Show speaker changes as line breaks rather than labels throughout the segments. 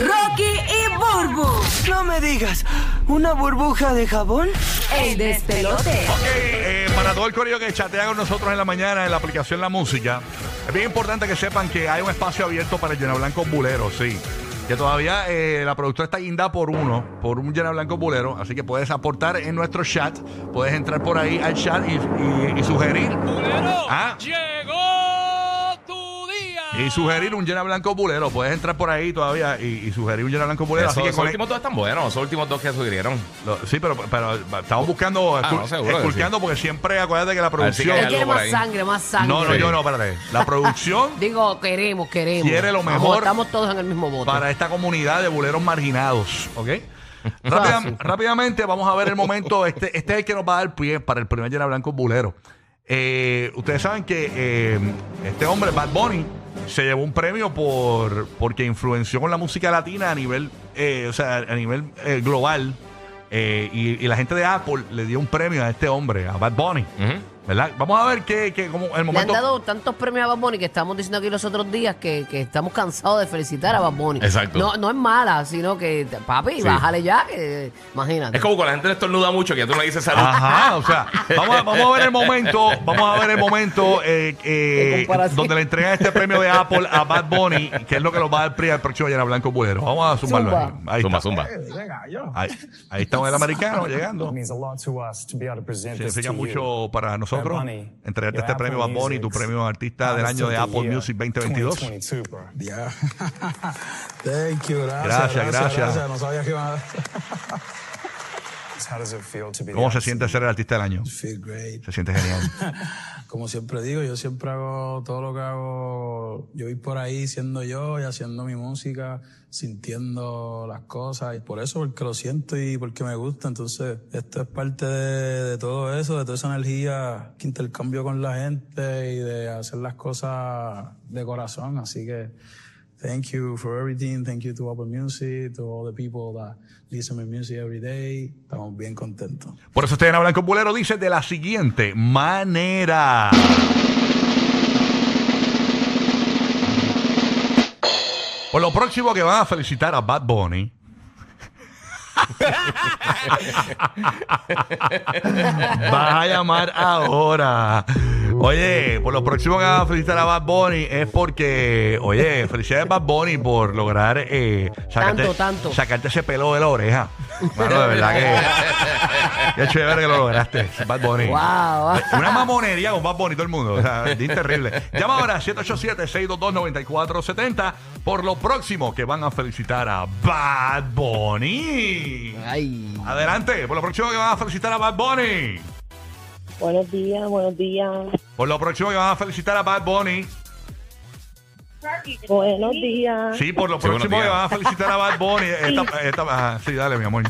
Rocky y Burbu,
No me digas, ¿una burbuja de jabón?
el destelote.
Ok, eh, para todo el corillo que chatea con nosotros en la mañana en la aplicación La Música, es bien importante que sepan que hay un espacio abierto para el llena blanco bulero, sí. Que todavía eh, la productora está guinda por uno, por un llena blanco bulero, así que puedes aportar en nuestro chat, puedes entrar por ahí al chat y, y- y sugerir. Ah.
Llegó tu día.
Y sugerir un llena blanco bulero, puedes entrar por ahí todavía y, y sugerir un llena blanco bulero.
Esos,
así que
esos
con-
últimos dos están buenos, esos últimos dos que sugirieron.
lo- sí, pero, pero estamos buscando,
Ah, no, seguro que sí.
esculcando, porque siempre acuérdate que la
ver si
producción.
cae
Él
algo
quiere
por
más
ahí.
sangre, más sangre.
No, no,
Sí.
yo no, espérate. La producción
Digo, queremos, queremos.
Quiere lo
Vamos,
mejor
estamos todos en el mismo bote.
para esta comunidad de buleros marginados, ¿ok? Rápida- rápidamente vamos a ver el momento. Este, este es el que nos va a dar pie para el primer llena blanco bulero. Eh, ustedes saben que eh, este hombre, Bad Bunny, se llevó un premio por porque influenció con la música latina a nivel, eh, o sea, a nivel eh, global. Eh, y, y la gente de Apple le dio un premio a este hombre, a Bad Bunny.
Ujú.
¿Verdad? Vamos a ver qué, qué- cómo- el
Le han
momento.
dado tantos premios a Bad Bunny que estamos diciendo aquí los otros días que, que estamos cansados de felicitar a Bad Bunny.
Exacto.
No, no es mala, sino que,
Sí.
papi, bájale ya, que imagínate.
Es como cuando la gente le estornuda mucho que ya tú no le dices salud.
Ajá, o sea, vamos a, vamos a ver el momento, vamos a ver el momento eh, eh,
De comparación.
donde le entregan este premio de Apple a Bad Bunny, que es lo que nos va a dar PRI al próximo Llena Blanco Bulero. Vamos a sumarlo. ahí. Ahí,
Zumba,
está.
zumba.
Ahí, ahí está el americano llegando.
means a lot to us to be able to present this
Significa
to you.
mucho para nosotros
Bad Bunny,
entregarte
your
este
Apple
premio Bad Bunny, tu
Music's
premio artista del
Artist
año de
of the
Apple
Year
Music 2022.
2022, bro.
Ya. Thank you, gracias.
Gracias, gracias.
No sabía que iban a
How does it feel to be the
¿Cómo se
artist?
siente ser el artista del año?
Feel great.
Se siente genial.
Como siempre digo, yo siempre hago todo lo que hago. Yo voy por ahí siendo yo y haciendo mi música, sintiendo las cosas. Y por eso, porque lo siento y porque me gusta. Entonces, esto es parte de, de todo eso, de toda esa energía que intercambio con la gente y de hacer las cosas de corazón. Así que Thank you for everything. Thank you to Apple Music, to all the people that listen my music every day. Estamos bien contentos.
Por eso este Llena Blanco Bulero dice de la siguiente manera. Por lo próximo que van a felicitar a Bad Bunny. Vas a llamar ahora. Oye, por lo próximo que van a felicitar a Bad Bunny es porque, oye, felicidades Bad Bunny por lograr eh, sacarte,
Tanto, tanto.
sacarte ese pelo de la oreja. Bueno, de verdad que. Qué chévere que lo lograste, Bad Bunny.
Wow.
Una mamonería con Bad Bunny todo el mundo. O sea, es terrible. Llama ahora 787-622-9470 por lo próximo que van a felicitar a Bad Bunny.
Ay.
Adelante, por lo próximo que van a felicitar a Bad Bunny.
Buenos días, buenos días.
Por lo próximo que van a felicitar a Bad Bunny.
Buenos días.
Sí, por lo
Sí, buenos
próximo que
días.
van a felicitar a Bad Bunny. Esta- esta- ajá, sí, dale, mi amor.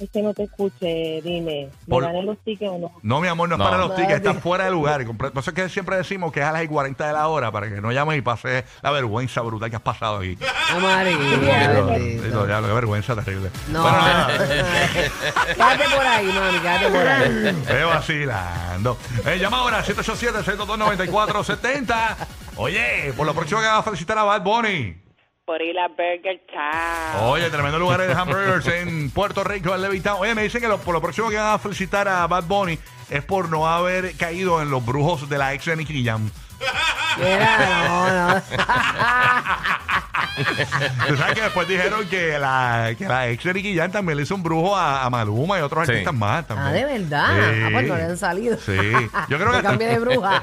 Es que no te escuché, dime. ¿Me
Por-
gané los tickets o no?
No, mi amor, no es
No.
para los tickets,
Nadie.
está fuera de lugar. Compre- Por eso es que siempre decimos que es a las y 40 de la hora para que no llames y pases la vergüenza brutal que has pasado aquí.
Amarilla.
Diablo,
bendito.
diablo, diablo, qué vergüenza terrible.
No,
Bueno, nada, eh,
quédate por ahí, mami, quédate por ahí.
estoy eh, vacilando. Eh, llama ahora 787-622-9470. Oye, por lo próximo que vas a felicitar a Bad Bunny.
Por ir a Burger Town.
Oye, tremendo lugar de hamburgers en Puerto Rico, en Levittown. Oye, me dicen que lo- por lo próximo que van a felicitar a Bad Bunny es por no haber caído en los brujos de la ex de Nicky Jam.
Mira, no, no.
Tú sabes que después dijeron que la, que la ex de Nicky Jam también le hizo un brujo a, a Maluma y otros
Sí.
artistas más también.
Ah, de verdad. Ah, pues no le han salido.
Sí. Yo creo que
Me
hasta-
cambié de bruja.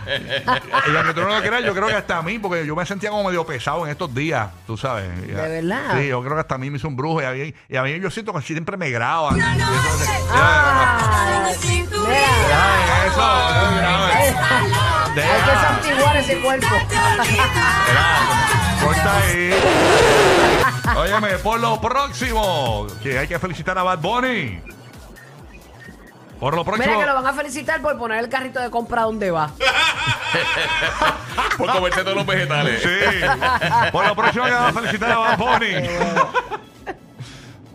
Y aunque tú no lo creas, yo creo que hasta a mí, porque yo me sentía como medio pesado en estos días, tú sabes. ¿De
verdad?
Sí, yo creo que hasta a mí me hizo un brujo y a mí, y a mí yo siento que siempre me graban. Y eso-
Ah, mira,
Ay, eso, ay, ay.
hay que
Deja,
santiguar ese cuerpo.
deja, corta ahí. Óyeme, por lo próximo, que hay que felicitar a Bad Bunny. Por lo próximo.
Mira que lo van a felicitar por poner el carrito de compra donde va.
Por comerse todos los vegetales.
Sí. Por lo próximo que vamos a felicitar a Bad Bunny.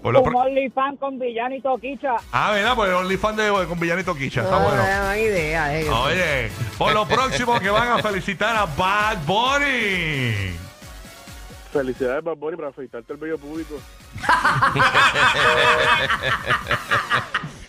Por lo
Un
pro-
OnlyFans con villano y toquicha. Ah,
Ah, ¿verdad? Pues OnlyFans de con Villanito Quicha. Está
no,
bueno.
no, no hay Ah, idea. eh.
Oye, por lo próximo que van a felicitar a Bad Bunny.
Felicidades, Bad Bunny, para felicitarte el bello público.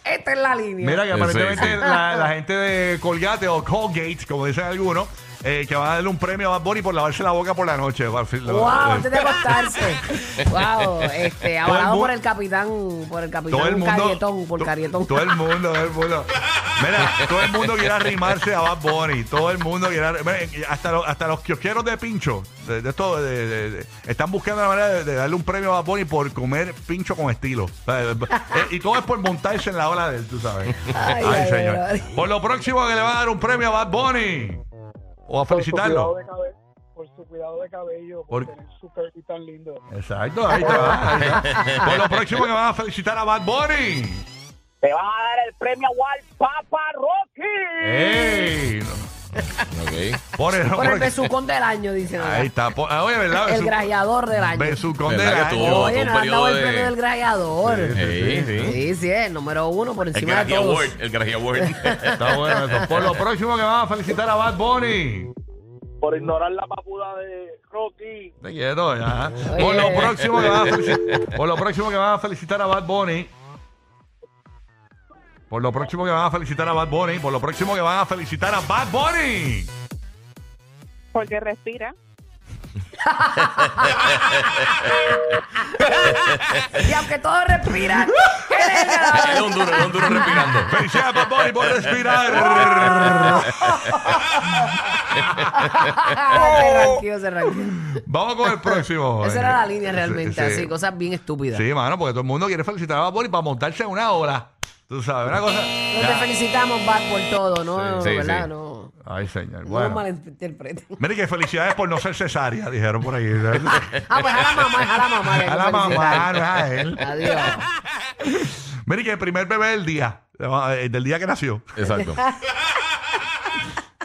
Esta es la línea.
Mira que
Sí,
aparentemente
sí.
La, la gente de Colgate o Colgate, como dicen algunos, eh, que va a darle un premio a Bad Bunny por lavarse la boca por la noche.
Wow, antes de
Eh,
acostarse. wow, este,
Todo el
avalado
mu-
por el capitán, por el capitán
todo el mundo.
Carietón, por
to-
Carietón.
Todo el mundo, todo el mundo. Mira, todo el mundo quiere arrimarse a Bad Bunny. Todo el mundo quiere. arri- mira, eh, Hasta, los- hasta los kiosqueros de pincho. De, de esto, de- de- de- están buscando la manera de, de darle un premio a Bad Bunny por comer pincho con estilo. O sea, eh, eh, y todo es por montarse en la ola de él, tú sabes.
Ay, ay, ay.
Por lo próximo que le van a dar un premio a Bad Bunny. O a
Por su cuidado
felicitarlo.
de, cabe- por su cuidado de cabello, por,
Por-
tener su perfil tan lindo.
Exacto, ahí está. ahí está. Por lo próximo que van a felicitar a Bad Bunny.
Te van a dar el premio Wal Papa Rocky.
¡Ey!
Ok.
Por el,
por el
por-
besucón del año, dicen. acá.
Ahí está. po- ah, Oye, ¿verdad?
El grajeador del año.
Besucón del
¿Verdad que
año.
tuvo-
Oye,
tuvo
nos
un
han dado el
periodo
premio
de-
del grajeador.
Sí,
Sí,
Sí,
sí.
sí, es número uno por
El
encima de
Graji
todos.
Award. El Graji Award.
Está bueno eso. Por lo próximo que van a felicitar a Bad Bunny.
Por ignorar la papuda de Rocky.
Te quiero ya.
Oye.
Por lo próximo que van a felicitar, por lo próximo que van a felicitar a Bad Bunny. Por lo próximo que van a felicitar a Bad Bunny. Por lo próximo que van a felicitar a Bad Bunny.
Porque respira.
Y aunque todos respiran. el ganador.
Es un duro, es un duro respirando.
Felicidades Bad Bunny por respirar.
se ranqueó, se ranqueó.
Vamos con el próximo.
Esa era la línea realmente,
Sí, sí.
así, cosas bien estúpidas.
Sí, mano, porque todo el mundo quiere felicitar a Bad Bunny para montarse en una ola. Tú sabes, una cosa.
No te felicitamos, Bad, por todo, ¿no?
Sí, sí,
¿Verdad?
sí.
No,
Ay, señor.
no
Bueno.
nos malinterpreten.
Mire que felicidades por no ser cesárea, dijeron por ahí.
Ah, pues a la mamá, es a la mamá. que
a
hay que
la mamá,
felicitar.
no a él.
Adiós.
Mire que el primer bebé del día, eh, del día que nació.
Exacto.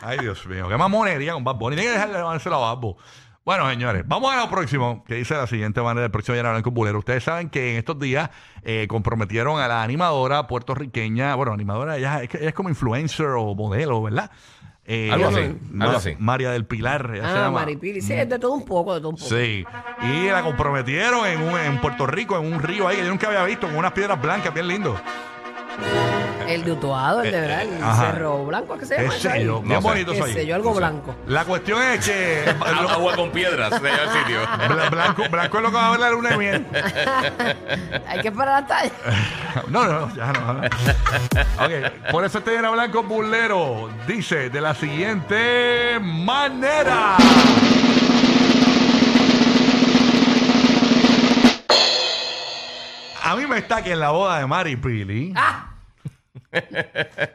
Ay, Dios mío, qué mamonería con Bad Bunny. Tiene que dejarle lavárselo a Bad Bunny. Bueno, señores, vamos a lo próximo, que dice de la siguiente manera, el próximo Llena Blanco Bulero. Ustedes saben que en estos días eh, comprometieron a la animadora puertorriqueña, bueno, animadora, ella, es que ella es como influencer o modelo, ¿verdad? Eh,
Algo
así,
algo así.
María del Pilar, ella se
Ah,
llama.
Maripili. Sí, es de todo un poco, de todo un poco.
Sí, y la comprometieron en, un- en Puerto Rico, en un río ahí que yo nunca había visto, con unas piedras blancas bien lindo.
El de Utuado, el de verdad, el
Eh, ajá.
cerro blanco, ¿qué se llama?
Es sello,
Ahí.
bien
sé.
bonito
Qué
eso
sé
ahí.
yo, algo blanco.
La cuestión es que
Agua-
lo-
Agua con piedras. Se llama el sitio.
bla- blanco, blanco es lo que va a ver la luna de miel.
Hay que esperar hasta allá.
No, no, ya no. no. Ok, por eso este era blanco burlero. Dice de la siguiente manera. A mí me está que en la boda de Mari Pili.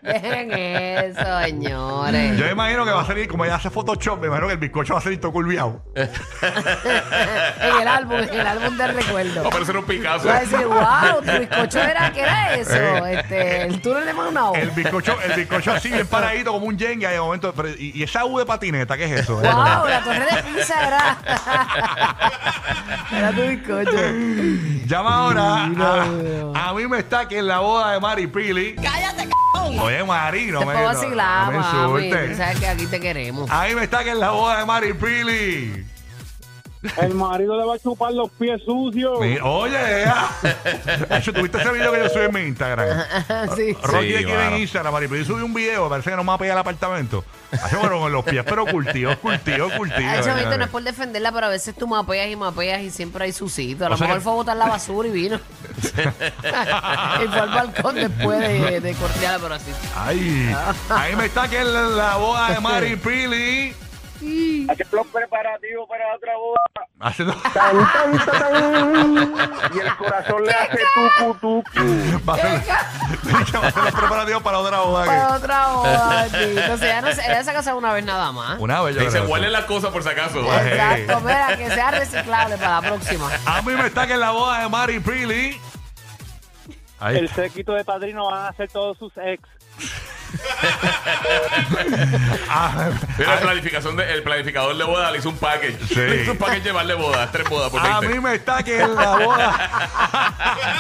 Dejen eso, señores.
Yo me imagino que va a salir, como ella hace Photoshop, me imagino que el bizcocho va a salir todo curviado.
en el álbum, en el álbum de recuerdo.
Va a parecer un Picasso.
Voy a decir, wow, tu bizcocho era, ¿qué era eso? Este, el túnel de Maunao.
Eh. El bizcocho, el bizcocho así bien paradito como un yenga y de momento. pero- y, y esa U de patineta, ¿qué es eso?
Wow, la torre de pizza era. era tu bizcocho.
Llama ahora. A, a mí me está que en la boda de Mari Pili. ¡Cállate, cabrón! Oye, Mari, no
te
me,
puedo
no-
vacilar,
no me
mami.
insultes.
Tú sabes que aquí te queremos.
A mí me está que en la boda de Mari Pili.
El marido le va a chupar los pies
Oh.
sucios.
Mi- Oye, ea. Acho, ¿tuviste ese video que yo subí en mi Instagram?
sí.
Rocky
Sí,
aquí en
mano.
Instagram, Mari, pero yo subí un video, parece que no me va a pegar el apartamento. Acho, pero con los pies, pero curtidos, curtidos, curtidos.
Ay, chavito, Ah, no
señores.
es por defenderla, pero a veces tú mapeas y mapeas y siempre hay su sitio. A
O
lo
sea
mejor
que-
fue a botar la basura y vino. y fue al balcón después de, de cortearla, pero así.
Ay, ahí me está que la, la boda de Mari Pili.
Hacer los preparativos para otra boda.
Haciendo,
Tan, tan, tan, tan. Y el corazón le hace tucu, tucu.
va a hacer, va a hacer los preparativos para otra
Para
boda.
otra boda, Entonces, ella, no, se- ella se ha casado una vez nada más.
Que, una vez yo
Dice,
creo.
huele la cosa por si acaso.
Ay.
Exacto, mira, que sea reciclable para la próxima.
A mí me está que la boda de Mari Pili. Ahí
El
está.
sequito de padrino van a ser todos sus ex.
Ah,
Mira, el, planificación de- el planificador de boda le hizo un package.
Sí. Ah,
Le hizo un package llevarle bodas, tres bodas por
a
20.
mí me está que la boda.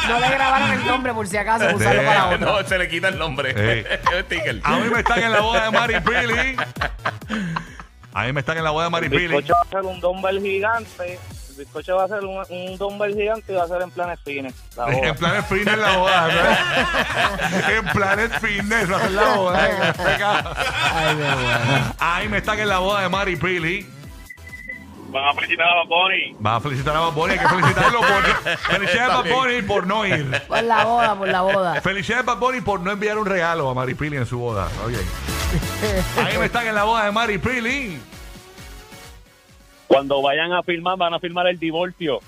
No le grabaron el nombre por si acaso, por usarlo
Sí.
para otra.
no, se le quita el nombre.
Sí.
El sticker.
A mí me está que la boda de Mari Pili. A mí me está que la boda de Mari
El
Pili.
bizcocho va a ser un dumbbell gigante. El bizcocho va a ser un, un dumbbell gigante y va a ser en planes fines. La boda.
En planes fitness la boda. ¿no? en planes fitness va a ser la boda. en este caso. Ahí me está que la boda de Mari Pili.
Van a felicitar a Bonnie.
Va a felicitar a Bad Bunny, hay que felicitarlo por no, felicidades a Bad Bunny por no ir.
Por la boda, por la boda.
Felicidades Bad Bunny por no enviar un regalo a Mari Pili en su boda. Oye. Ahí me están en la boda de Mari Pili.
Cuando vayan a firmar, van a firmar el divorcio.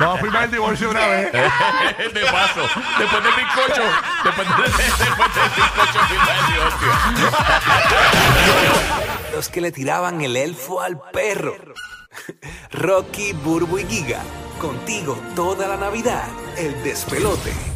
Vamos a firmar el divorcio una vez.
de paso, después del bizcocho, después, de- después del bizcocho, firma el divorcio.
Los que le tiraban el elfo al perro. Rocky, Burbu y Giga. Contigo toda la Navidad. El despelote.